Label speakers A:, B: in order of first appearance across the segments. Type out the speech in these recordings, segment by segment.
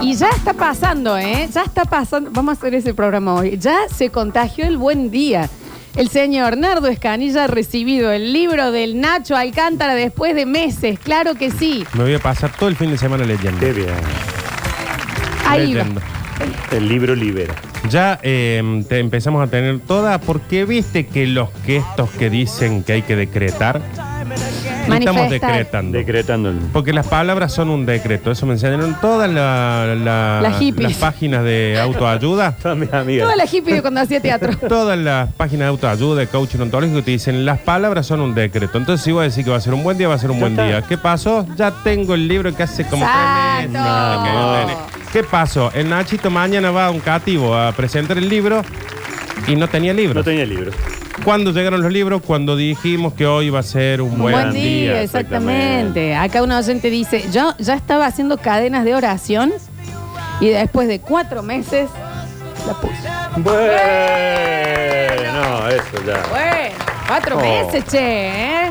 A: Y ya está pasando, ¿eh? Ya está pasando. Vamos a hacer ese programa hoy. Ya se contagió el buen día. El señor Nardo Escanilla ha recibido el libro del Nacho Alcántara después de meses. Claro que sí.
B: Me voy a pasar todo el fin de semana leyendo.
C: Qué bien.
A: Ahí va.
B: Leyendo.
C: El libro libera.
B: Ya eh, te empezamos a tener toda, porque viste que los que estos que dicen que hay que decretar, no estamos
A: Manifestar.
B: decretando.
C: Decretando el.
B: Porque las palabras son un decreto. Eso me enseñaron todas la- la-
A: Las hippies.
B: las páginas de autoayuda.
C: Todas mis amigas.
A: Toda la hippie de cuando hacía teatro.
B: Todas las páginas de autoayuda, de coaching ontológico te dicen las palabras son un decreto. Entonces si voy a decir que va a ser un buen día, va a ser un
C: Ya
B: buen
C: está.
B: día. ¿Qué pasó? Ya tengo el libro que hace como tres meses.
A: Exacto.
B: que lo tenés. ¿Qué pasó? El Nachito mañana va a un cativo a presentar el libro y no tenía libro.
C: No tenía libro.
B: ¿Cuándo llegaron los libros? Cuando dijimos que hoy va a ser un buen,
A: Buen,
C: Buen
A: día,
C: día,
A: exactamente. Acá una docente dice, yo ya estaba haciendo cadenas de oración y después de cuatro meses la puse.
C: Bueno, eso ya.
A: Bueno, cuatro
C: Oh.
A: meses, che, ¿eh?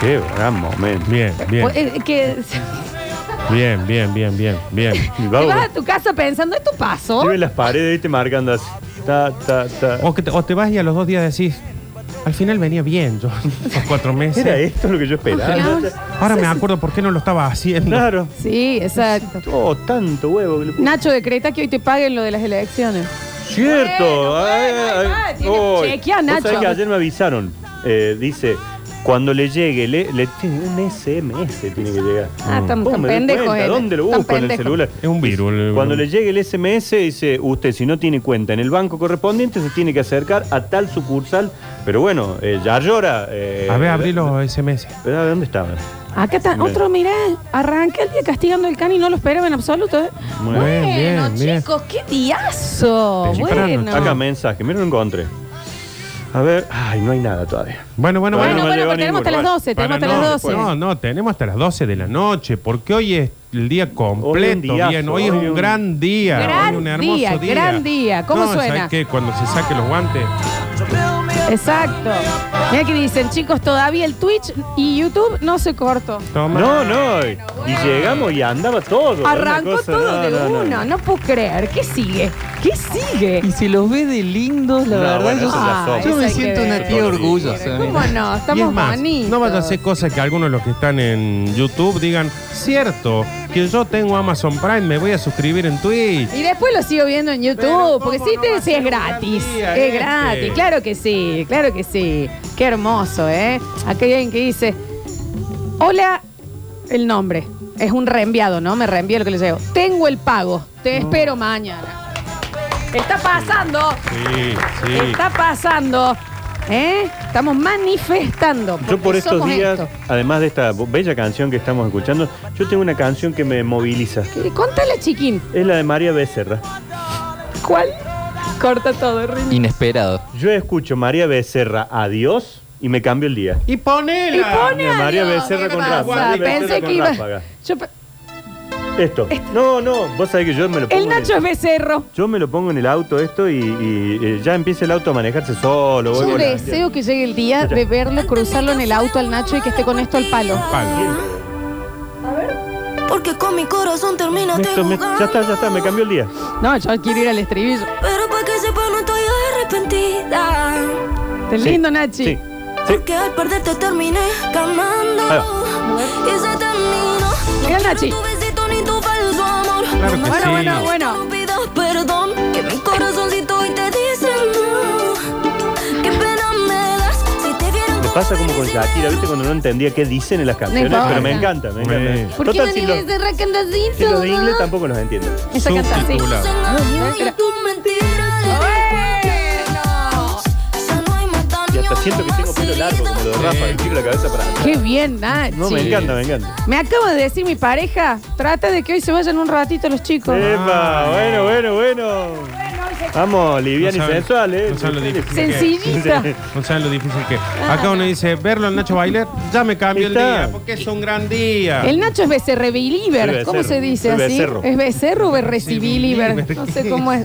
C: Qué gran momento.
B: Bien, bien,
A: Pues, eh, que
B: bien, bien, bien, bien, bien.
A: te
C: Mi vago.
A: vas a tu casa pensando, ¿esto pasó?
C: Yo en las paredes y te marcando así. Ta, ta, ta.
B: O, que te, o te vas y a los dos días decís, al final venía bien, yo, los cuatro meses.
C: ¿Era esto lo que yo esperaba?
A: Claro.
B: Ahora me acuerdo por qué no lo estaba haciendo.
C: Claro.
A: Sí, exacto.
C: Oh, tanto huevo que le puse.
A: Nacho decreta que hoy te paguen lo de las elecciones.
C: Cierto.
A: Bueno,
C: Ay,
A: bueno, ahí
C: ay,
A: va,
C: ay.
A: tiene-
C: Oh,
A: chequea,
C: ¿vos
A: Nacho.
C: sabés que ayer me avisaron. Eh, dice, cuando le llegue, le, le- tiene un SMS tiene que llegar.
A: Ah, estamos
C: Oh,
A: tan
C: me doy
A: pendejos.
C: cuenta,
A: eh.
C: ¿Dónde lo
A: Tan
C: busco en el
A: pendejos.
C: celular?
B: Es un virus. el-
C: Cuando le llegue el SMS, dice usted, si no tiene cuenta en el banco correspondiente, se tiene que acercar a tal sucursal. Pero bueno, eh, ya llora. eh,
B: A ver, abrí los SMS.
C: Pero, ¿a ¿Dónde estaban?
A: Acá está,
C: Bien.
A: otro, mirá, arranca el día castigando el can y no lo esperaba en absoluto. ¿eh?
C: Muy
A: bueno,
B: bien, bien.
A: chicos, qué diazo.
B: Temprano,
A: Bueno.
C: Acá mensaje, mira, lo encontré. A ver, ay, no hay nada todavía.
B: Bueno, bueno,
A: Bueno,
B: bueno.
A: bueno,
C: no me llegó
A: pero tenemos hasta
C: ninguno.
A: las 12,
B: Para,
A: tenemos hasta
B: no,
A: las 12.
B: No, no, tenemos hasta las 12 de la noche, porque hoy es el día completo.
C: Hoy un
B: bien,
C: diazo,
B: hoy es
C: hoy
B: un,
C: un-
B: gran día.
A: Gran
B: hoy un hermoso
A: día,
B: día,
A: gran día. ¿Cómo
B: No, ¿sabes
A: suena?
B: qué? Cuando se saque los guantes.
A: Exacto. Mira que dicen, chicos, todavía el Twitch y YouTube no se cortó.
B: Toma.
C: No, no. Y llegamos y andaba todo.
A: Arrancó
C: Una cosa,
A: todo de
C: no, no,
A: uno, no.
C: no.
A: puedo creer. ¿Qué sigue? ¿Qué sigue?
D: Y si los ve de lindos, la
C: No,
D: verdad,
C: bueno,
D: yo,
C: eso ya
A: Ay,
C: somos.
D: yo me
A: eso hay que
D: siento una
A: ver.
D: tía orgullosa.
A: ¿Cómo
D: mira.
A: no?
B: ¿eh? Y
A: Estamos
B: es más,
A: bonitos.
B: no vaya a ser cosa que algunos de los que están en YouTube digan, cierto, que yo tengo Amazon Prime, me voy a suscribir en Twitch.
A: Y después lo sigo viendo en
B: Pero,
A: YouTube, porque
B: ¿cómo
A: sí,
B: no
A: te,
B: va a
A: sí es
B: ser un gran
A: gratis.
B: día
A: es
B: este?
A: gratis, claro que sí, claro que sí. Qué hermoso, ¿eh? Aquí hay alguien que dice, hola, el nombre. Es un reenviado, ¿no? Me reenvía lo que le llevo. Tengo el pago, te espero mañana. Está pasando,
B: Sí, sí.
A: está pasando. ¿Eh? Estamos manifestando.
C: Yo por
A: porque
C: estos
A: somos
C: días,
A: esto.
C: además de esta bella canción que estamos escuchando, yo tengo una canción que me moviliza.
A: Eh, Contale, chiquín,
C: Es la de María Becerra.
A: ¿cuál? Corta todo, Rini.
D: Inesperado.
C: Yo escucho María Becerra, adiós, y me cambio el día.
B: Y ponela.
A: Y pone
C: Mira, María
A: adiós,
C: Becerra
A: ¿qué te
C: con
A: pasa?
C: Rafa. María
A: Pensé
C: Becerra
A: que
C: con
A: iba.
C: Ráfaga.
A: Yo pe-
C: Esto. No, no, vos sabés que yo me lo pongo.
A: El Nacho
C: en
A: es becerro.
C: Yo me lo pongo en el auto esto y, y, eh, ya empieza el auto a manejarse solo. voy
A: Yo
C: volando.
A: deseo que llegue el día de verlo, cruzarlo en el auto al Nacho y que esté con esto al palo.
C: Ah,
B: Palo.
E: Porque con mi corazón termina
C: Esto me- ya está, ya está, me cambió el día.
A: No, yo quiero ir al estribillo.
E: Pero para que sepa no estoy arrepentida.
A: Qué
C: Sí.
A: lindo, Nachi.
C: Sí.
E: Porque al perderte terminé ganando.
C: Ahí
E: Y se terminó. No
A: Mira,
E: quiero
A: Nachi.
E: tu besito ni tu falso amor.
B: Claro que
A: Bueno,
B: sí.
A: bueno, bueno.
E: No pidas perdón. Que mi corazoncito hoy te dice no. Qué pena me das. Si te vieron
C: Me pasa como con
E: eres y me
C: Shakira, ¿viste? Cuando no entendía qué dicen en las canciones,
A: importa.
C: pero me encanta, me encanta.
B: Sí.
A: ¿Por qué
C: Total,
A: venís
C: si
A: de
C: los, si los de inglés tampoco los entiendo.
A: Esa canta así.
B: Subtitulado.
E: No, y tus mentiras.
A: Ah. Bueno.
E: Ya no hay más daño,
C: Y hasta siento que
E: más
C: tengo pelo largo, como lo de
B: Sí.
C: Rafa, que tiro la cabeza para atrás.
A: Qué bien, Nachi.
C: No, me encanta, me encanta.
A: Me acaba de decir mi pareja, trata de que hoy se vayan un ratito los chicos.
C: Epa, bueno, bueno, bueno. Vamos,
B: No
C: liviana y
B: saben-
C: sensual, ¿eh?
B: no saben lo difícil.
A: Sencillita.
B: No saben lo difícil que es. Acá uno dice, verlo al Nacho Bailer, ya me cambió el
C: Está.
B: día, porque es un gran día.
A: El Nacho es becerre believer.
C: Soy
A: ¿Cómo se
C: becerro,
A: dice
C: soy
A: así?
C: becerro.
A: Es becerro o berrecibiliver.
B: Becerro.
A: No sé cómo es.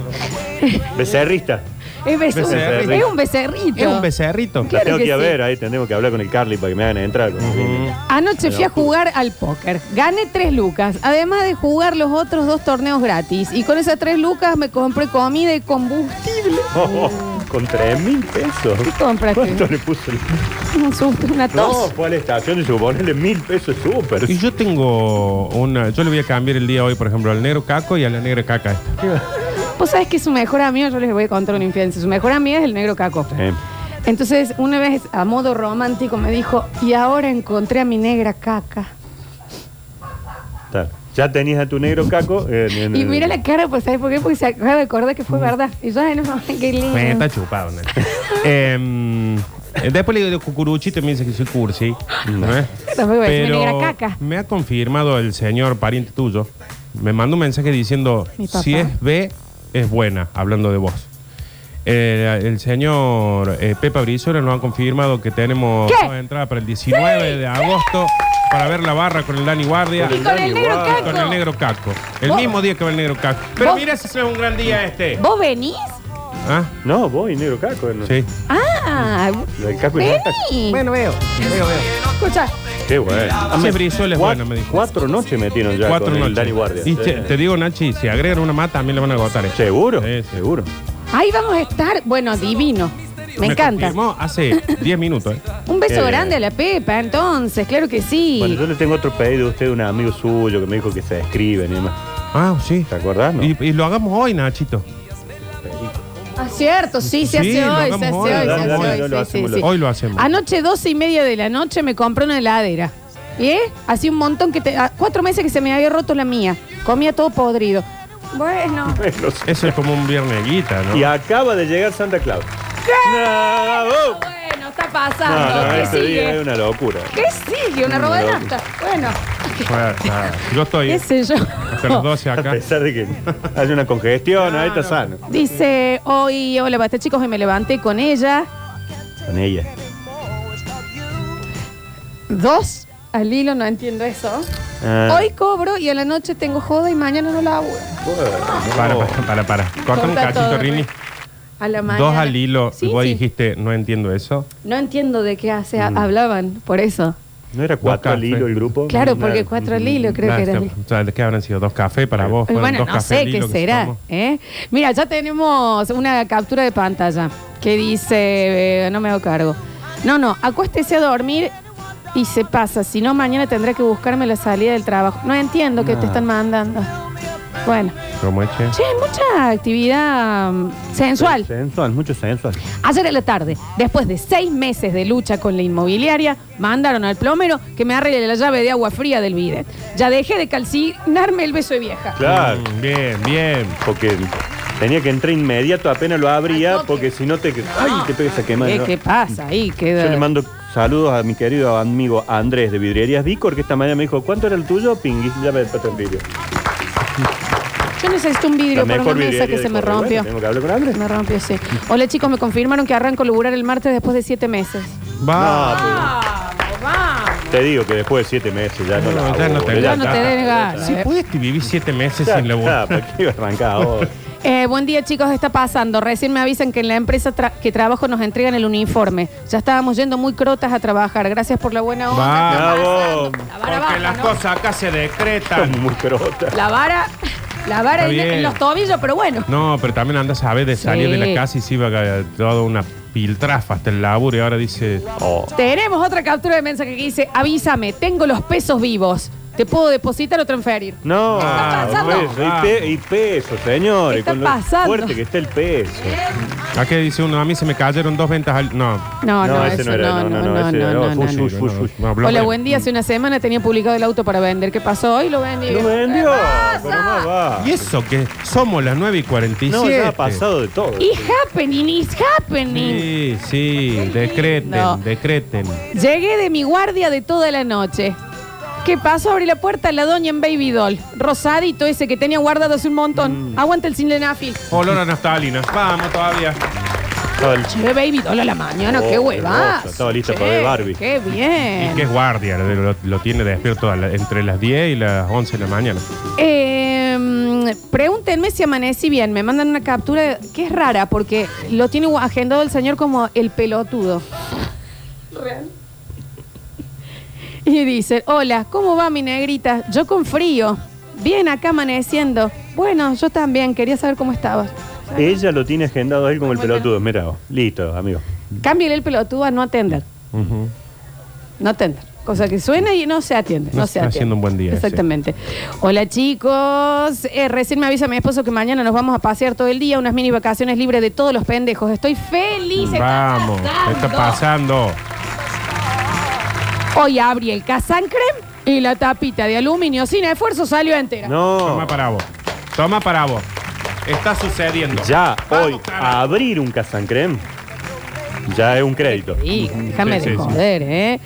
C: Becerrista.
A: Es, beso-
B: Becerrito.
A: es un becerrito.
B: Es un becerrito.
A: Claro
C: tengo
A: que
C: que, ir a
A: sí.
C: ver, ahí tendremos que hablar con el Carly para que me hagan entrar.
B: Ujú.
A: Anoche fui a jugar al póker. Gané tres lucas, además de jugar los otros dos torneos gratis. Y con esas tres lucas me compré comida y combustible.
C: Oh, oh, con 3 mil pesos.
A: Uh. ¿Qué compraste?
C: ¿Cuánto le puso? el-
A: Un susto, una
C: No,
A: tos.
C: fue a la estación y se ponerle mil pesos súper.
B: Y yo tengo una. Yo le voy a cambiar el día hoy, por ejemplo, al negro caco y a la negra caca. esta.
A: Vos sabés que su mejor amigo, yo les voy a contar una infidencia, su mejor amiga es el negro caco.
C: Eh,
A: Entonces, una vez a modo romántico me dijo, y ahora encontré a mi negra caca.
C: está. Ya tenías a tu negro caco. eh, en-
A: Y mira la cara, pues, ¿sabes por qué? Porque se acaba de acordar que fue verdad. Y yo, ay, no, mamá, qué lindo.
B: Me Pues, está chupado, nene. Em, Después le digo cucuruchito y me dice que soy cursi.
A: Mm.
B: ¿no es?
A: Pero me voy a decir negra caca.
B: me ha confirmado el señor pariente tuyo. Me mandó un mensaje diciendo:
A: Mi papá.
B: si es B, es buena, hablando de vos. Eh, el señor eh, Pepa Brizuela nos ha confirmado que tenemos
A: ¿Qué?
B: dos entradas para el 19 de agosto para ver la barra con el Dani Guardia.
A: Y con el negro
C: Igual,
A: caco.
B: Con el negro caco. El
A: Vos-
B: mismo día que va el negro caco. Pero
A: vos-
B: mira si es un gran día este.
A: ¿Vos venís?
B: ¿Ah?
C: No, voy, negro caco. no.
B: Sí.
A: Ah,
C: El caco es-
A: vení.
B: veo. Veo, veo.
A: Escucha,
C: Qué bueno.
B: Ese Brizuela es
C: Cua-
B: bueno, Ah, me dijo.
C: Cuatro noches metieron ya
B: Cuatro
C: con el
B: noches.
C: Dani Guardia.
B: Y che,
C: Sí.
B: te digo, Nachi, si agregan una más, también le van a agotar. eh.
C: ¿Seguro?
B: Sí, sí.
C: Seguro.
A: ahí vamos a estar. Bueno, divino. Me encanta.
B: confirmó hace 10 minutos. eh.
A: Un beso
C: Eh.
A: grande a la Pepa, entonces, claro que
C: Bueno, yo
A: sí.
C: le tengo otro pedido a usted, de un amigo suyo que me dijo que se escriben y demás.
B: Ah, sí.
C: ¿Te acordás? No?
B: Y, y lo hagamos hoy, Nachito.
A: Ah, cierto, sí, se
B: Sí,
A: hace
B: lo
A: hoy, se
B: hagamos
A: hace
B: hoy,
A: hoy, se
B: lo
A: hace
B: hagamos
A: hoy.
B: hoy,
A: sí,
C: lo
A: sí,
C: hacemos,
A: sí.
C: lo-
B: Hoy lo hacemos.
A: Anoche, doce y media de la noche, me compré una heladera. ¿Eh? Hace un montón que te. ah, Cuatro meses que se me había roto la mía. Comía todo podrido. Bueno.
C: Bueno, sí.
B: Eso es como un vierneguita, ¿no?
C: Y acaba de llegar Santa Claus. ¡No!
A: Bueno, está
C: No,
A: pasando.
C: no,
A: ¿Qué
C: este día es
A: sigue?
C: una locura.
A: ¿Qué sigue? ¿Una roba de nafta? Bueno,
B: Ah, ah, Yo estoy
A: qué
B: eh,
A: sé yo.
B: hasta las 12
C: A
B: acá.
C: pesar de que hay una congestión, ahí está sano.
A: Dice, hoy, hola, basta chicos, y me levanté con ella.
C: Con ella.
A: Dos al hilo, no entiendo eso.
C: Ah.
A: Hoy cobro y a la noche tengo joda y mañana no laburo.
B: Para, para, para, para. Corta un
A: Corta
B: cachito,
A: todo,
B: Rini.
A: A la mañana.
B: Dos al hilo.
A: Sí,
B: Vos
A: sí.
B: dijiste, Mm. no entiendo eso.
A: No entiendo de qué hace, a- hablaban, por eso.
C: ¿No era cuatro al hilo el grupo?
B: Oh,
C: Mm-hmm.
A: Claro,
C: Una-
A: porque cuatro al hilo creo
B: Nah,
A: que era.
B: este- o sea, ¿Qué habrán sido? ¿Dos cafés para vos?
A: Bueno,
B: Fueron dos
A: no
B: cafés
A: sé
B: al
A: qué
B: hilo que se
A: será.
B: tomó.
A: ¿eh? Mira, ya tenemos una captura de pantalla que dice, eh, no me hago cargo. No, no, acuéstese a dormir y se pasa, si no mañana tendré que buscarme la salida del trabajo. No entiendo qué te están mandando. Bueno,
B: ¿Cómo es, che?
A: che, mucha actividad mm, sensual.
C: Sensual, mucho sensual.
A: Ayer en la tarde, después de seis meses de lucha con la inmobiliaria, mandaron al plomero que me arregle la llave de agua fría del bidet. Ya dejé de calcinarme el beso de vieja.
C: Claro,
B: Mm, Bien, bien.
C: porque tenía que entrar inmediato, apenas lo
A: Al
C: abría,
A: toque.
C: porque si no te. ¡Ay, te pegas a quemar!
A: ¿Qué,
C: ¿no?
A: qué pasa ahí? Queda-
C: Yo le mando saludos a mi querido amigo Andrés de Vidrierías Vicor, que esta mañana me dijo, ¿cuánto era el tuyo, Pingui? Ya me despertó el vidrio.
A: Yo necesito un vidrio por una mesa que
C: vidriería
A: se
C: de
A: me
C: Córdoba.
A: rompió.
C: Bueno, Tengo que hablar con Andrés.
A: Me rompió, sí. Hola chicos, me confirmaron que arranco a luburar el martes después de siete meses.
B: Va.
A: Vamos, vamos.
C: Te digo que después de siete meses ya no,
B: No,
C: la
B: ya
C: hago,
B: no te-
C: boludo,
B: ya
A: no
C: está.
A: te den ganas.
B: Si pudiste vivir siete meses
C: Ya
B: sin laburo.
C: está, ¿por qué iba a arrancar ahora?
A: Eh, buen día chicos, está pasando. Recién me avisan que en la empresa tra- que trabajo nos entregan el uniforme. Ya estábamos yendo muy crotas a trabajar. Gracias por la buena onda.
B: Va.
A: Está
C: Bravo.
A: pasando. La vara baja,
B: Porque las
A: ¿no?
B: cosas acá se decretan.
C: Muy crota.
A: La vara, la vara en,
B: Está bien.
A: en los tobillos, pero bueno.
B: No, pero también andas a ver de salir
A: Sí.
B: de la casa y se iba a toda una piltrafa hasta el laburo y ahora dice.
C: Oh.
A: Tenemos otra captura de mensaje que dice, avísame, tengo los pesos vivos. ¿Te puedo depositar o transferir?
C: No,
B: está
A: pasando?
C: peso, y, pe- y peso, señor.
A: ¿Qué
C: y
A: está
C: con lo
A: pasando?
C: fuerte que está el peso.
B: Acá dice uno, a mí se me cayeron dos ventas al. No.
A: No, no,
C: No, ese
A: eso
C: no era,
A: no,
C: no, no, no,
A: no,
C: ese
A: no,
C: era,
A: no,
C: no,
A: no,
C: full,
A: no.
C: full. Uy, uy, uy.
B: No, blog-
A: Hola, buen día. Hace una semana tenía publicado el auto para vender. ¿Qué pasó? Hoy lo vendí.
C: Lo vendió. pero más va.
B: Y eso que somos las 9 y 47.
C: No, ya ha pasado de todo.
A: Y happening, is happening.
B: Sí, sí, decreten,
A: No.
B: decreten.
A: Llegué de mi guardia de toda la noche. ¿Qué pasó? Abrí la puerta a la doña en Baby Doll. Rosadito ese que tenía guardado hace un montón.
C: Mm.
A: Aguanta el cilenafil.
B: Olor a naftalina. Vamos todavía.
C: Estaba el-
A: Che, Baby Doll a la mañana.
C: Oh,
A: qué
C: qué
A: huevas.
C: hermoso, estaba lista
A: Che,
C: para ver Barbie.
A: Qué
B: Y que es
A: bien.
B: guardia, lo, lo tiene despierto a la- entre las 10 y las 11 de la mañana.
A: Eh, mm, donde pregúntenme si amanecí bien, me mandan una captura que es rara porque lo tiene agendado el señor como el pelotudo. Y dice, hola, ¿cómo va mi negrita? Yo con frío. Bien acá amaneciendo. Bueno, yo también, quería saber cómo estabas.
C: Ella lo tiene agendado a él como el
A: Bueno.
C: pelotudo. Mira, vos. listo, amigo.
A: Cámbiale el pelotudo a no atender.
B: Ujú.
A: No atender. Cosa que suena y no se atiende. No,
B: No
A: se
B: está
A: atiende.
B: haciendo un buen día,
A: Exactamente. Hola chicos. Eh, recién me avisa mi esposo que mañana nos vamos a pasear todo el día, unas mini vacaciones libres de todos los pendejos. Estoy feliz. está
B: Vamos,
A: pasando.
B: está pasando.
A: Hoy abrí el casancrem y la tapita de aluminio sin esfuerzo salió entera.
C: No.
B: Toma para vos. Toma para vos. Está sucediendo.
C: Ya
B: Vamos,
C: hoy ah,
B: carajo.
C: abrir un Casancrem ya es un crédito.
A: Sí, déjame
B: Sí, sí,
A: de
B: sí.
A: joder, ¿eh?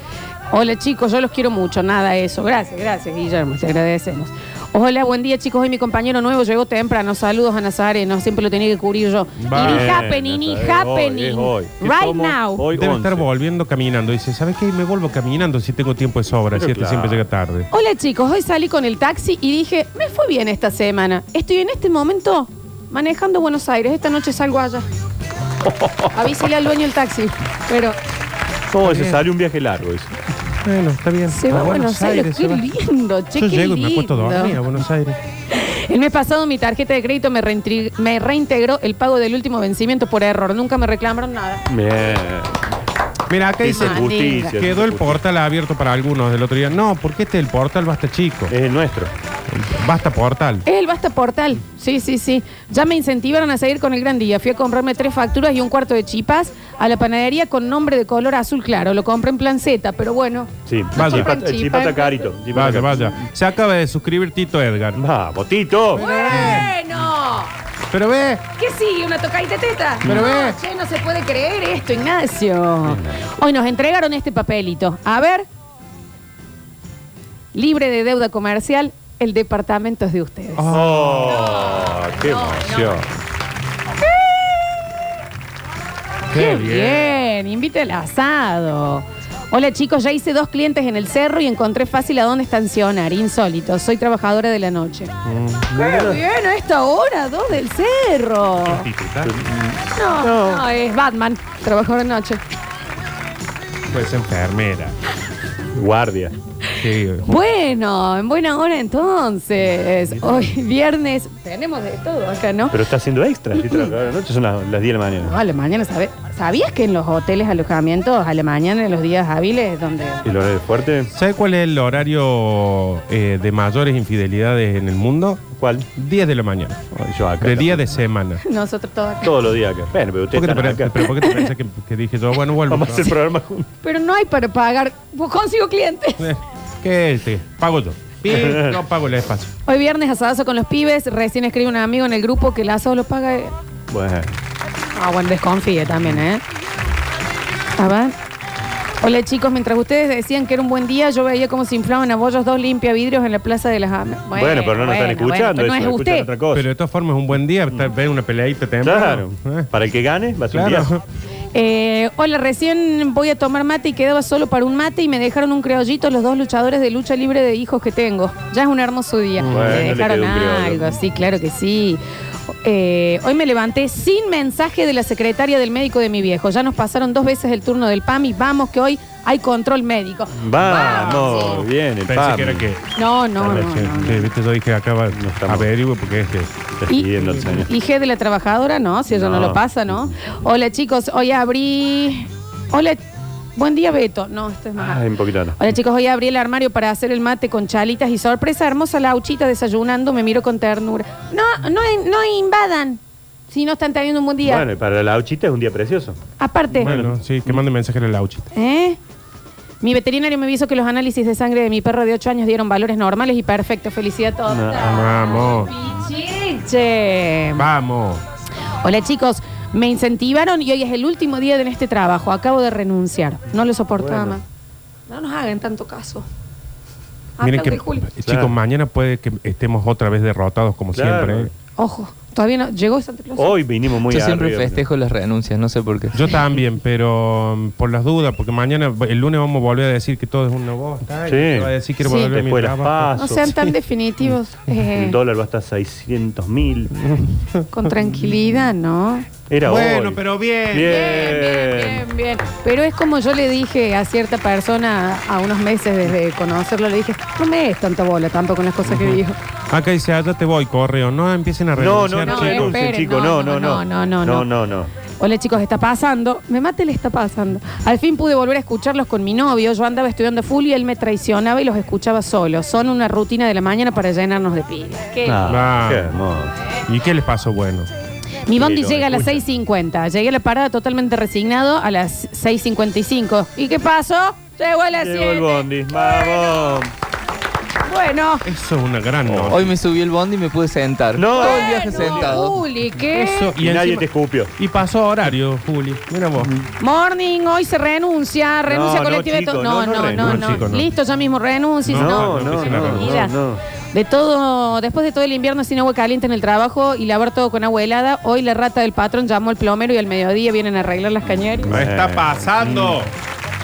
A: Hola chicos, yo los quiero mucho, nada eso. Gracias, gracias Guillermo, te agradecemos. Hola, buen día chicos, hoy mi compañero nuevo llegó temprano. Saludos a Nazareno, siempre lo tenía que cubrir yo.
B: Va.
A: It is happening, it is happening.
C: Es hoy, es hoy. ¿Qué
A: Right
C: somos?
A: now.
C: Hoy
B: Debe estar
C: 11.
B: volviendo caminando. Dice, ¿sabes qué? Me vuelvo caminando si tengo tiempo de sobra.
C: Pero
B: Si este
C: claro.
B: siempre llega tarde.
A: Hola chicos, hoy salí con el taxi y dije, me fue bien esta semana. Estoy en este momento manejando Buenos Aires. Esta noche salgo allá. Avísale al dueño del taxi. Pero
C: ¿Cómo se sale un viaje largo? Dice.
B: Bueno, está bien.
A: se va a Buenos Aires.
B: se va.
A: qué lindo, che,
B: Yo
A: qué
B: llego y me acuesto a
A: lindo.
B: dormir a Buenos Aires.
A: El mes pasado mi tarjeta de crédito me, reintri- me reintegró el pago del último vencimiento por error. Nunca me reclamaron nada.
C: Bien.
B: Mira, acá dice,
C: Dice
A: Ah,
C: justicia.
A: diga.
C: dice
B: quedó el
C: justicia.
B: portal abierto para algunos del otro día. No, porque este es el portal basta chico.
C: Es el nuestro.
B: Basta portal.
A: Es el Basta Portal. Sí, sí, sí. Ya me incentivaron a seguir con el gran día. Fui a comprarme tres facturas y un cuarto de chipas a la panadería con nombre de color azul claro. Lo compré en plan Z, pero bueno.
C: Sí,
B: Vaya.
C: Chipata- eh, Chipata carito. Chipata
B: Vaya,
C: carito.
B: vaya. Se acaba de suscribir Tito Edgar.
C: Vamos, Tito.
A: Bueno.
B: Pero ve,
A: ¿Qué sigue? ¿Una tocadita de teta?
B: Pero
A: no,
B: ve.
A: che, no se puede creer esto, Ignacio. Hoy nos entregaron este papelito. A ver. Libre de deuda comercial, el departamento es de ustedes.
B: Ah,
C: Oh, qué
A: no,
C: emoción.
A: Qué bien, invita el asado. Hola chicos, ya hice dos clientes en el cerro y encontré fácil a dónde estacionar, insólito. Soy trabajadora de la noche. Qué bien, a esta hora, dos del cerro.
B: Titita,
A: No, no, es Batman, trabajadora de noche.
B: pues enfermera.
C: Guardia.
B: Sí,
A: Bueno, en buena hora entonces. Hoy viernes tenemos de todo acá, ¿no?
C: Pero está haciendo extra. Tito, ahora de noche son las, las 10 de la
A: No,
C: mañana.
A: a la mañana, ¿sabe- ¿sabías que en los hoteles, alojamientos, a la mañana, en los días hábiles, donde...
C: ¿Y lo de fuerte?
B: ¿Sabe cuál es el horario eh, de mayores infidelidades en el mundo?
C: ¿Cuál?
B: 10 de la mañana.
C: Ay, yo acá.
B: De día de semana.
A: Nosotros todos acá.
C: Todos los días acá. Bueno, pero usted
B: ¿Por qué te
C: está
B: parece,
C: acá.
B: pero ¿por qué te parece que, que dije yo, bueno, vuelvo?
C: Vamos a hacer programa juntos.
A: Pero no hay para pagar. Pues consigo clientes.
B: Eh, ¿Qué te Pago yo. Bien, no pago el espacio.
A: Hoy viernes asadazo con los pibes. Recién escribe un amigo en el grupo que el asado lo paga. él.
C: Bueno.
A: Ah, bueno, desconfíe también, ¿eh? A ver. Hola chicos, mientras ustedes decían que era un buen día, yo veía cómo se inflaban a bollos dos limpiavidrios en la Plaza de las Ames.
C: Bueno, pero no nos están
A: bueno,
C: escuchando.
A: pero
C: eso,
A: no es
C: escuchan
A: usted.
C: otra cosa.
B: Pero de todas formas, un buen día estar- ver una peleadita
C: Claro.
B: temprano. Eh,
C: Para el que gane, va a ser un día.
B: Claro.
A: Eh, hola, recién voy a tomar mate y quedaba solo para un mate y me dejaron un creollito los dos luchadores de lucha libre de hijos que tengo. Ya es un hermoso día.
C: Bueno,
A: me
C: le
A: dejaron
C: quedó un criollo.
A: algo, sí, claro que sí. Eh, hoy me levanté sin mensaje de la secretaria del médico de mi viejo. Ya nos pasaron dos veces el turno del PAMI. Vamos que hoy hay control médico.
C: Vamos,
A: Vamos.
C: bien, el
B: Pensé
C: PAM.
B: que era que.
A: No, no, no. no, no.
B: Sí, viste, yo dije acá va,
C: estamos.
B: averigüe porque este.
C: Está
A: Y-
C: pidiendo el señor.
A: ¿Y G de la trabajadora? No, si eso no.
C: No.
A: lo pasa, ¿no? Hola chicos, hoy abrí... Hola, buen día Beto. No, esto es más...
C: Ay, Ah, un poquito no.
A: Hola chicos, hoy abrí el armario para hacer el mate con chalitas y sorpresa, hermosa lauchita desayunando, me miro con ternura. No, no, no invadan si no están teniendo un buen día.
C: Bueno, y para la Ochita es un día precioso.
A: Aparte,
B: Bueno, sí, que mande mensaje a la Lauchita.
A: ¿eh? Mi veterinario me avisó que los análisis de sangre de mi perro de 8 años dieron valores normales y perfectos. Felicidad a todos.
C: No,
B: vamos.
A: Pichiche.
B: Vamos.
A: Hola chicos, me incentivaron y hoy es el último día de este trabajo. Acabo de renunciar. No lo soportaba
C: Bueno.
A: más. No nos hagan tanto caso. Hasta
B: Miren
A: el
B: que,
A: Ah, de julio.
B: chicos,
C: Claro.
B: mañana puede que estemos otra vez derrotados como
C: Claro.
B: siempre. ¿eh?
A: Ojo. Todavía no. ¿Llegó Santa Claus?
C: Hoy vinimos muy
D: Yo siempre
C: arriba.
D: festejo las renuncias, no sé por qué.
B: Yo también, pero mm, por las dudas, porque mañana, el lunes vamos a volver a decir que todo es una bosta. y
C: Sí.
B: yo voy a decir que quiero
A: Sí.
B: volver a mi
C: Después las
B: trabajo.
A: No sean tan definitivos. eh,
C: El dólar va hasta 600 mil.
A: con tranquilidad, ¿no?
C: Era
B: Bueno,
C: hoy.
B: pero bien.
C: Bien.
A: Bien, bien, bien, bien. Pero es como yo le dije a cierta persona a unos meses desde conocerlo, le dije, no me des tanta bola tampoco con las cosas que dijo.
B: Acá dice, allá te voy, correo. No empiecen a
C: No,
B: renunciar.
C: no, no,
A: No,
B: chicos.
C: renuncien,
A: esperen,
C: chicos. No, no, no.
A: eh, no, no, no.
C: No, no, no.
A: Hola chicos, está pasando. Me mate le está pasando. Al fin pude volver a escucharlos con mi novio. Yo andaba estudiando full y él me traicionaba y los escuchaba solo. Son una rutina de la mañana para llenarnos de pila. Qué
C: Ah,
B: Ah.
C: qué hermoso.
B: ¿Y qué les pasó bueno?
A: Mi bondi
C: Sí, lo
A: llega a las
C: escucha.
A: 6.50. Llegué a la parada totalmente resignado a las 6.55. ¿Y qué pasó? Llegó a las
C: Llegó el
A: 7.
C: bondi. Vamos.
A: Bueno.
B: Eso es una gran noticia.
D: Hoy me subí el bondi y me pude sentar.
C: No.
D: Todo el viaje
A: Bueno,
D: sentado.
A: Juli, ¿qué?
B: Eso,
C: Y, nadie te Mm. escupió.
B: Y pasó horario, Juli. Mira vos.
A: Morning, hoy se renuncia, renuncia
C: no,
A: colectiva. de to-
C: chico,
A: no,
C: no, no
A: no, no,
B: renuncia,
A: no.
B: chico, no.
A: Listo, ya mismo renuncia.
B: No,
A: No,
C: No, no,
B: no,
C: no,
A: mira.
C: no, no.
A: De todo, después de todo el invierno sin agua caliente en el trabajo y lavar todo con agua helada, hoy la rata del patrón llamó al plomero y al mediodía vienen a arreglar las cañerías.
B: No está pasando.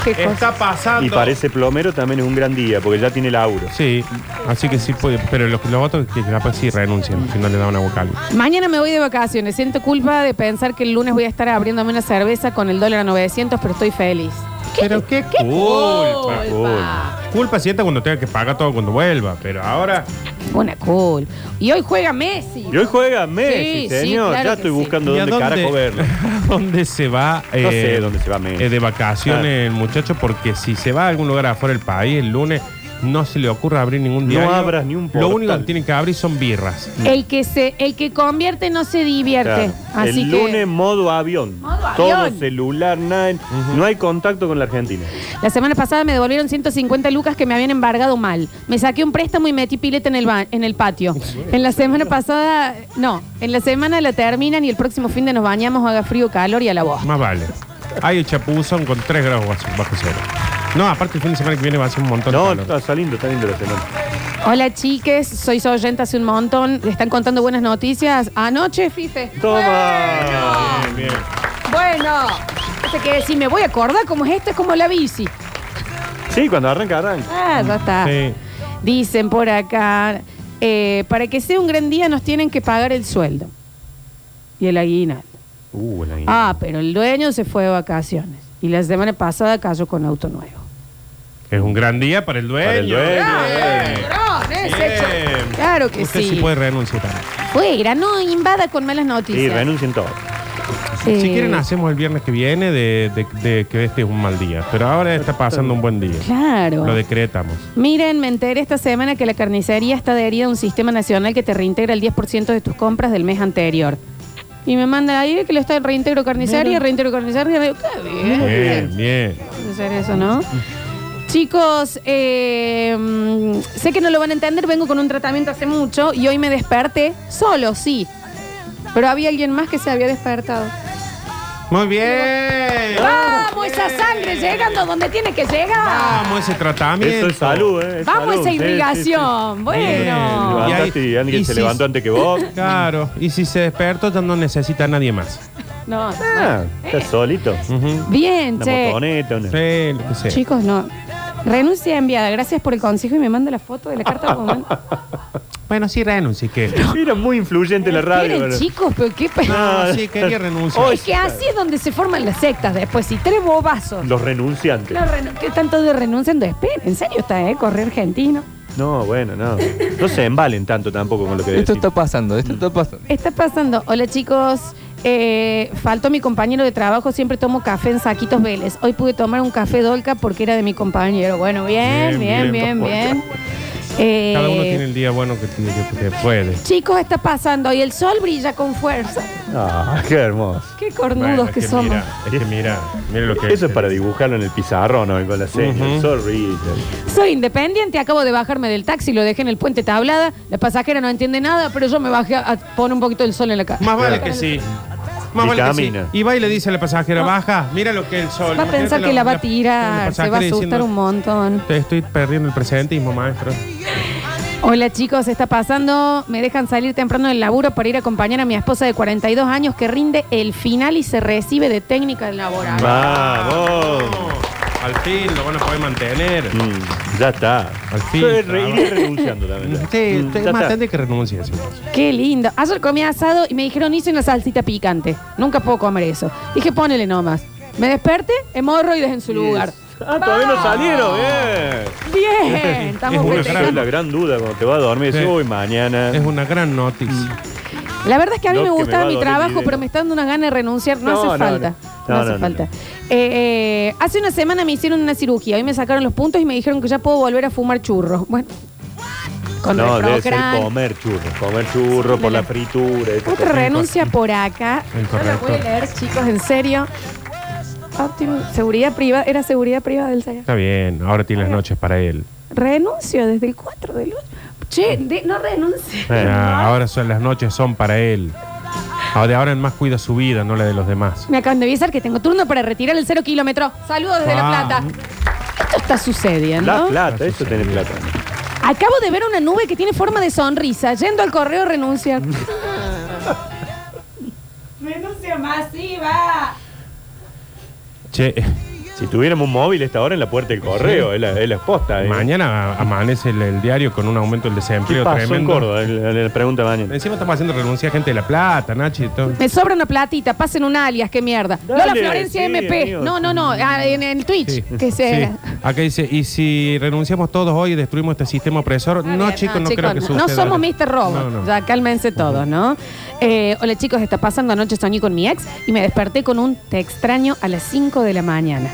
A: Qué cosa.
B: Está pasando.
C: Y para ese plomero también es un gran día, porque ya tiene laburo.
B: Sí, así que sí puede. Pero los, los otros que capaz sí renuncian, si no le dan una vocal.
A: Mañana me voy de vacaciones. Siento culpa de pensar que el lunes voy a estar abriéndome una cerveza con el dólar a 900, pero estoy feliz.
B: Pero qué, culpa.
A: Culpa.
B: Culpa sienta cuando tenga que pagar todo cuando vuelva, pero ahora.
A: Una culpa. Y hoy juega Messi.
C: Y hoy juega Messi,
A: Sí, sí,
C: señor.
A: claro
C: ya
A: que
C: estoy
A: sí.
C: buscando
B: ¿y a
C: dónde carajo verlo.
B: a dónde se va?
C: No
B: eh,
C: sé dónde se va Ah. Messi.
B: eh, de vacaciones el muchacho, porque si se va a algún lugar afuera del país el lunes, no se le ocurra abrir ningún
C: No
B: diario.
C: abras ni un
B: Lo
C: portal.
B: único que tienen que abrir son birras.
A: El que se, el que convierte no se divierte.
C: Claro.
A: Así
C: el
A: que
C: lunes modo avión.
A: Modo
C: Todo
A: avión.
C: celular, nada. No hay contacto con la Argentina.
A: la semana pasada me devolvieron 150 lucas que me habían embargado mal. Me saqué un préstamo y metí pileta en el ba- en el patio. En la semana pasada, no, en la semana la terminan y el próximo fin de nos bañamos, haga frío, calor y a la voz.
B: Más vale. Hay un chapuzón con 3 grados bajo bajo cero. No, aparte el fin de semana que viene va a ser un montón
C: No,
B: de calor.
C: está saliendo, está lindo la semana.
A: Hola chiques, soy su oyente hace un montón. Le están contando buenas noticias. Anoche, Fife.
C: Toma.
B: Bien, bien.
A: Bueno, o sea que si me voy a acordar cómo es esto, es como la bici.
C: Sí, cuando arranca, arranca.
A: Ah, ya está.
B: Sí.
A: Dicen por acá, eh, para que sea un gran día nos tienen que pagar el sueldo y el aguinaldo.
C: Uh, la
A: Ah, pero el dueño se fue de vacaciones y la semana pasada cayó con auto nuevo.
B: Es un gran día para el dueño.
C: Para el dueño. eh.
B: Bien.
A: ¡Cabrón, es
B: Bien.
A: hecho! Claro que
B: Usted
A: sí.
B: sí puede renunciar.
A: Fuera, no invada con malas noticias.
C: Sí, renuncien todos.
A: Eh,
B: Si quieren hacemos el viernes que viene de, de- de que este es un mal día. Pero ahora está pasando un buen día.
A: Claro.
B: Lo decretamos.
A: Miren, me enteré esta semana que la carnicería está adherida a un sistema nacional que te reintegra el 10% de tus compras del mes anterior. Y me manda ahí que lo está reintegro carnicería, reintegro carnicería. Digo, qué bien.
B: Bien, bien.
A: Puede ser eso, ¿no? Chicos, eh, mm, sé que no lo van a entender, vengo con un tratamiento hace mucho y hoy me desperté solo, sí. Pero había alguien más que se había despertado.
B: Muy bien.
A: ¡Vamos, esa sangre llegando donde tiene que llegar!
B: Vamos ese tratamiento.
C: Eso es salud, ¿eh? Es
A: ¡Vamos
C: salud.
A: esa
C: Sí, sí, sí.
A: irrigación! Bueno.
B: Bien.
C: Levantaste y alguien
B: Y
C: se
B: si-
C: levantó antes que vos.
B: Claro, y si se despertó ya no necesita a nadie más.
A: No. Eh,
C: Ah, estás solito.
B: Ujú.
A: Bien,
C: Una
A: che.
C: motoneta, una.
B: Sí, lo que sea.
A: Chicos, no. Renuncia enviada. Gracias por el consejo y me manda la foto de la carta documento.
B: Bueno, sí renuncie, que.
C: Era muy influyente la radio.
A: Miren,
C: ¿verdad?
A: chicos, pero qué pe-
C: Ah.
B: No, sí, quería renunciar.
A: Es que así es donde se forman las sectas después. Si tres bobazos.
C: Los renunciantes.
A: No, renu- ¿Qué tanto de renuncian espera? ¿En serio está, eh? Correo argentino.
C: No, bueno, no. No se embalen tanto tampoco con lo que
D: Esto
C: decís.
D: está pasando, esto está pasando.
A: Está pasando. Hola, chicos. Eh, faltó mi compañero de trabajo. Siempre tomo café en saquitos Vélez. Hoy pude tomar un café Dolca porque era de mi compañero. Bueno, bien, bien,
B: Bien,
A: bien, bien.
B: bien,
A: Eh,
B: Cada uno tiene el día bueno que, tiene, que, que puede.
A: Chicos, está pasando y el sol brilla con fuerza.
C: Ah, qué hermoso.
A: Qué cornudos
B: Bueno, es
A: que, somos.
B: Mira, es que mira, mira lo que
C: Eso es para dibujarlo en el pizarrón ¿no? con la seña.
B: Ujú.
C: Sorry.
A: Soy independiente, acabo de bajarme del taxi, lo dejé en el puente Tablada. La pasajera no entiende nada, pero yo me bajé a a poner un poquito del sol en la cara.
B: Más vale que sí. Más
C: Y
B: vale
C: camina.
B: que sí. Y va y le dice a la pasajera, baja, mira lo que el sol.
A: Ah. Va a pensar que la va a tirar, se va a
B: pasajera
A: asustar
B: diciendo,
A: un montón.
B: "Te Estoy perdiendo el presentismo, maestro.
A: Hola chicos, está pasando. Me dejan salir temprano del laburo para ir a acompañar a mi esposa de 42 años que rinde el final y se recibe de técnica laboral.
C: Vamos.
B: Al fin lo van a poder mantener.
C: Mm, ya está.
B: Al fin,
C: Yo iré
B: trabajo.
C: iré renunciando también. ya.
B: Sí,
C: Mm,
B: te-
C: ya
B: más
C: está.
B: tarde que renuncie. sí.
A: Qué lindo. Ayer comí asado y me dijeron hice una salsita picante. Nunca puedo comer eso. Dije ponele nomás. Me desperté, hemorroides en su lugar.
C: Ah, todavía no salieron, bien.
A: Bien, estamos
B: Es una
C: Esa es
A: festejando.
C: la gran duda cuando te vas a dormir. Decís,
B: Sí.
C: uy, mañana.
B: Es una gran noticia.
C: Mm.
A: La verdad es que a mí
C: No,
A: me
C: que me va
A: gustaba
C: a
A: mi
C: doler
A: trabajo,
C: idea.
A: pero me está dando una gana de renunciar. No,
C: No,
A: hace
C: no,
A: falta. No,
C: no. No,
A: hace
C: no, no,
A: falta.
C: no.
A: Eh, eh, hace una semana me hicieron una cirugía. Hoy me sacaron los puntos y me dijeron que ya puedo volver a fumar churros. Bueno, con
C: no, debe ser
A: Reprocran.
C: comer churros. Comer churros por la fritura. estas
A: Otra
C: cosas.
A: renuncia por acá.
B: El
A: Yo la voy a
B: corrector.
A: leer, chicos, en serio. Optim- seguridad privada, era seguridad privada del señor.
B: Está bien, ahora tiene las noches para él.
A: Renuncio desde el 4 del 8. Che, de- no renuncie.
C: Bueno.
B: Ya, ahora son, las noches son para él. Ahora, de ahora en más cuida su vida, no la de los demás.
A: Me acaban de avisar que tengo turno para retirar el 0 kilómetro. Saludos desde La
B: Ah.
A: Plata. Esto está sucediendo.
C: La plata, eso tiene plata.
A: Acabo de ver una nube que tiene forma de sonrisa. Yendo al correo a renunciar. Renuncia masiva.
B: Che,
C: Si tuviéramos un móvil, esta hora en la puerta del correo, es, la, es la posta, ¿eh?
B: mañana a- amanece el, el diario con un aumento del
C: ¿Qué
B: desempleo
C: pasó en
B: tremendo.
C: Córdoba? Le, le pregunta mañana.
B: Encima estamos haciendo renunciar a gente de La Plata, Nachi. y todo.
A: Me sobra una platita, pasen un alias, qué mierda.
C: Dale,
A: Lola Florencia
C: sí,
A: MP.
C: amigo.
A: No, no, no, ah, en el Twitch.
B: Sí.
A: Que se.
B: Sí. Acá dice, ¿y si renunciamos todos hoy y destruimos este sistema opresor?
A: Está
B: No,
A: bien,
B: chicos, no,
A: chicos,
B: creo que
A: no. No
B: suceda.
A: somos Mr. Robot.
B: No, no.
A: Ya cálmense todos, ¿no? Eh, hola chicos, está pasando anoche soñé con mi ex y me desperté con un te extraño a las 5 de la mañana.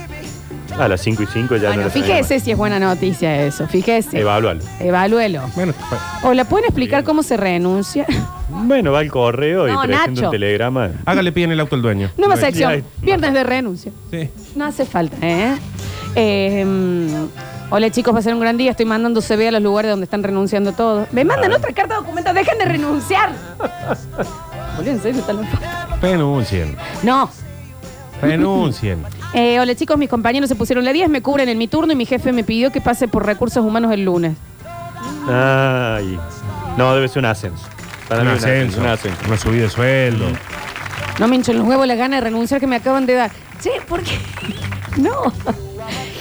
C: Ah, A las 5 y 5 ya no
A: bueno,
C: la tenemos.
A: fíjese si es buena noticia eso, fíjese.
C: Evalúalo.
A: Evalúelo.
B: Bueno,
A: Hola, ¿pueden explicar cómo se renuncia?
C: Bueno, va al correo y
A: No,
C: presenta
A: Nacho.
C: un telegrama.
B: hágale pie en el auto al dueño.
A: Nueva
B: Dueño.
A: sección,
C: hay-
A: viernes de renuncia.
B: Sí.
A: No hace falta, ¿eh? Eh, mm, Hola chicos, va a ser un gran día. Estoy mandando CV a los lugares donde están renunciando todos. Me mandan otra carta de documento, dejen de renunciar. Boludo, en serio, está loco.
B: Renuncien.
A: No.
B: Renuncien.
A: Eh, hola chicos, mis compañeros se pusieron la 10, me cubren en mi turno y mi jefe me pidió que pase por recursos humanos el lunes.
C: Ay. No, debe ser un ascenso. Para
B: un
C: mí
B: ascenso.
C: Un ascenso.
B: Una subida de sueldo.
A: No me hincho en los huevos la gana de renunciar que me acaban de dar. Che, ¿por qué? No.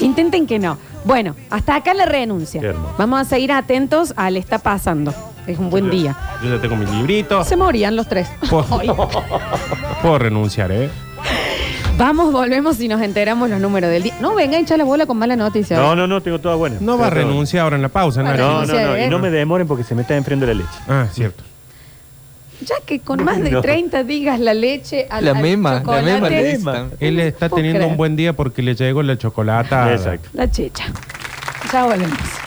A: Intenten que no. Bueno, hasta acá la renuncia.
C: Qué hermoso.
A: Vamos a seguir atentos al está pasando. Es un buen día.
B: Yo ya tengo mis libritos.
A: Se morían los tres.
B: Puedo,
A: Ay.
B: puedo renunciar, ¿eh?
A: Vamos, volvemos y nos enteramos los números del día. No venga a hinchar la bola con mala noticia.
C: No, no, no, tengo toda buena.
B: No
C: Tengo
B: va a
C: toda buena.
B: renunciar ahora en la pausa,
A: Bueno,
B: Nacho.
C: No, no, no.
A: ¿eh?
C: Y no me demoren porque se me está enfriando la leche.
B: Ah, cierto.
A: Ya que con más de
C: No.
A: 30 digas la leche al,
D: La
A: al
D: misma, la
A: chocolate,
D: misma le
C: misma.
D: dicen.
B: Él está
A: Puedo
B: teniendo
A: creer.
B: Ah, un buen día porque le llegó la chocolata.
C: Exacto.
A: La chicha. Ya volvemos.